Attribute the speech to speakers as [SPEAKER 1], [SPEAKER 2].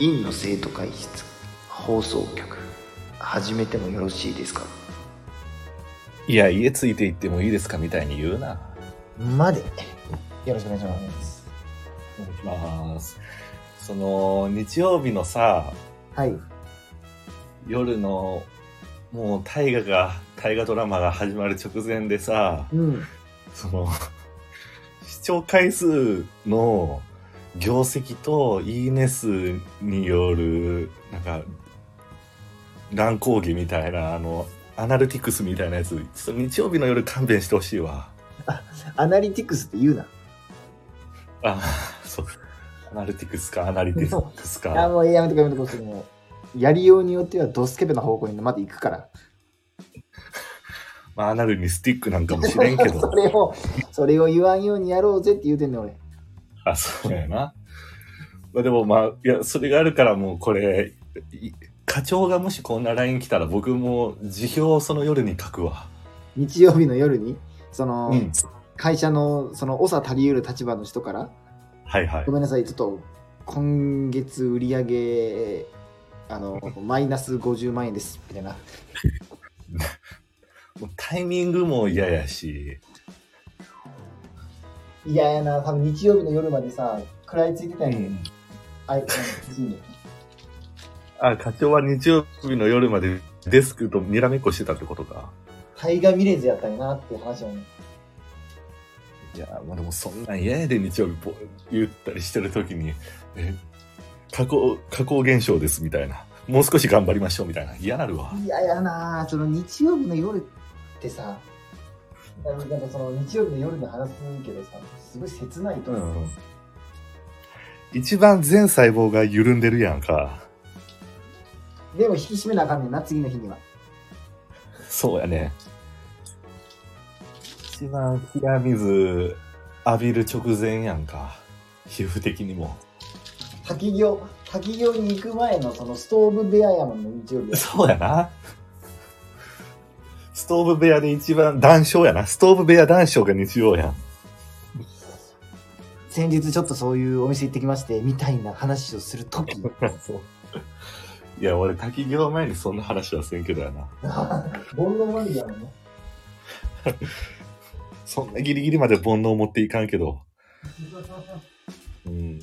[SPEAKER 1] 院の生徒会室放送局始めてもよろしいですか
[SPEAKER 2] いや、家ついて行ってもいいですかみたいに言うな。
[SPEAKER 3] まで、よろしくお願いします。
[SPEAKER 2] まあ、その、日曜日のさ、
[SPEAKER 3] はい。
[SPEAKER 2] 夜の、もう大河が、大河ドラマが始まる直前でさ、
[SPEAKER 3] うん。
[SPEAKER 2] その、 視聴回数の業績といいね数による、なんか、乱高下みたいな、あの、アナルティクスみたいなやつ、ちょっと日曜日の夜勘弁してほしいわ。
[SPEAKER 3] アナリティクスって言うな。
[SPEAKER 2] あ、そう。アナルティクスか、アナリティクス
[SPEAKER 3] あ、
[SPEAKER 2] か。
[SPEAKER 3] もうやめとこやめとこうもうやりようによってはドスケベの方向にまで行くから。
[SPEAKER 2] まあ、アナルにスティックなんかもしれんけど
[SPEAKER 3] そ。れを、それを言わんようにやろうぜって言うてんねん俺。
[SPEAKER 2] あ、そうやな。まあ、でもまあ、いや、それがあるからもうこれ、い課長がもしこんな LINE 来たら僕も辞表をその夜に書くわ。
[SPEAKER 3] 日曜日の夜に、その、
[SPEAKER 2] うん。
[SPEAKER 3] 会社の、その、長足りうる立場の人から、
[SPEAKER 2] はいはい
[SPEAKER 3] ご。めんなさい、ちょっと、今月売り上げ、あ の、マイナス50万円です、みたいな。
[SPEAKER 2] もうタイミングも嫌やし、
[SPEAKER 3] いややな、多分日曜日の夜までさ、食らいついてたんやけど、あいつ、ね、
[SPEAKER 2] あ、課長は日曜日の夜までデスクとにらめっこしてたってことか。
[SPEAKER 3] 大河見れずやったんやなっていう話をね。
[SPEAKER 2] いや、まあでもそんなん嫌やで日曜日ぽ言ったりしてる時に、え、加工、加工現象ですみたいな。もう少し頑張りましょうみたいな。嫌なるわ。
[SPEAKER 3] いややなその日曜日の夜ってさ、なんかその日曜日の夜で話すけどさ、すごい切ないと思う。
[SPEAKER 2] うん一番全細胞が緩んでるやんか。
[SPEAKER 3] でも引き締めなあかんねんな、次の日には。
[SPEAKER 2] そうやね。一番冷や水浴びる直前やんか。皮膚的にも。
[SPEAKER 3] 滝行、滝行に行く前のそのストーブ部屋やもんの日曜日は。
[SPEAKER 2] そうやな。ストーブ部屋で一番、談笑やな。ストーブ部屋談笑が日曜やん。
[SPEAKER 3] 先日ちょっとそういうお店行ってきまして、みたいな話をするとき。
[SPEAKER 2] いや、俺、滝行前にそんな話はせんけどやな。
[SPEAKER 3] ボンゴマリやもんね。
[SPEAKER 2] そんなギリギリまで煩悩持っていかんけど。うん。